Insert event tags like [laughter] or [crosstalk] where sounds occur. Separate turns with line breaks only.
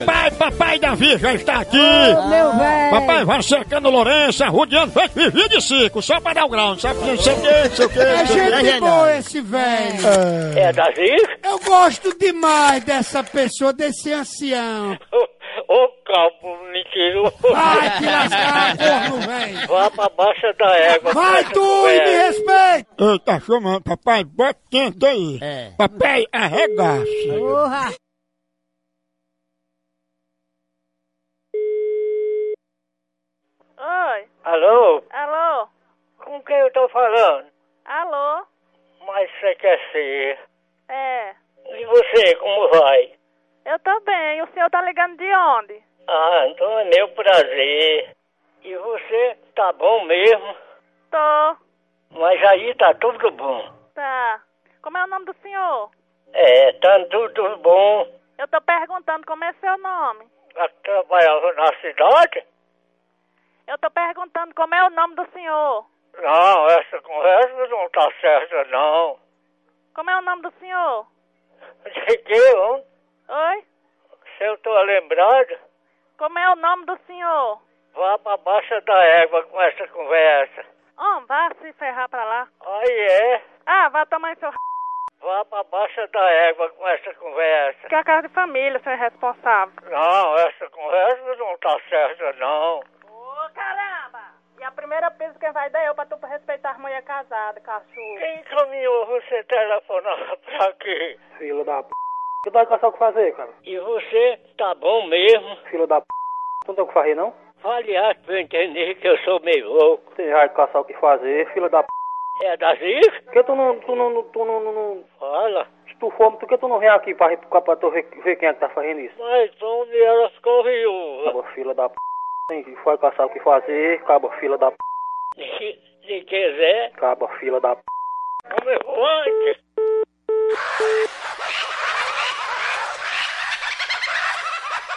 Papai, papai Davi já está aqui!
Meu velho.
Papai vai cercando Lourença, rodeando, fez vigia de circo, só para dar o grau, sabe? Não sei o que, não sei o que.
É gente boa esse velho.
É [laughs] Davi?
Eu gosto demais dessa pessoa, desse ancião.
Ô, ô calmo, mentiro. [laughs]
Vai te lascar, corno velho.
Vá pra baixa da égua. Tá
Vai
fecha
tu
com
e me
ela.
respeita.
Ei, tá chamando, papai, bota quente aí.
É.
Papai, arregaça.
Porra.
Oi,
Alô?
alô,
Com quem eu tô falando?
alô,
Mas você quer ser?
é,
E você, como vai?
eu tô bem, o senhor tá ligando de onde?
Ah, então é meu prazer. E você tá bom mesmo?
Tô,
Mas aí tá tudo bom.
tá, como é o nome do senhor?
É, tá tudo bom.
Eu tô perguntando como é seu nome,
Já trabalhava na cidade?
eu tô perguntando como é o nome do senhor,
Não, essa conversa não tá certa, não.
como é o nome do senhor?
De que, homem?
Oi,
Se eu tô lembrado,
como é o nome do senhor?
vá pra baixa da égua com essa conversa.
Homem, vá se ferrar pra lá.
Aí é,
Ah, vá tomar seu r...
vá pra baixa da égua com essa conversa.
que é a casa de família, seu irresponsável.
Não, essa conversa não tá certa, não.
Ô, caramba! E a primeira pisa quem vai dar é eu pra tu respeitar as mulheres casadas, cachorro.
Quem caminhou você telefonar [laughs] pra aqui?
Filho da p. Tu vai caçar o que fazer, cara?
E você tá bom mesmo?
Filho da p. Tu não tem o que fazer, não?
Aliás, pra eu entender que eu sou meio louco.
Tem raio de caçar o que fazer, filho da p.
É da Zica?
Por que tu não. Tu não. Tu não. não, não
Fala.
se tu for, por que tu não vem aqui pra, pra, pra tu ver, ver quem é que tá fazendo isso?
Mas onde ela ficou viúva? [laughs]
Cabo filho da p. Tem que vai caçar o que fazer, cabo filho da p.
Se se quiser,
Cabo filho da p.
como eu vou antes.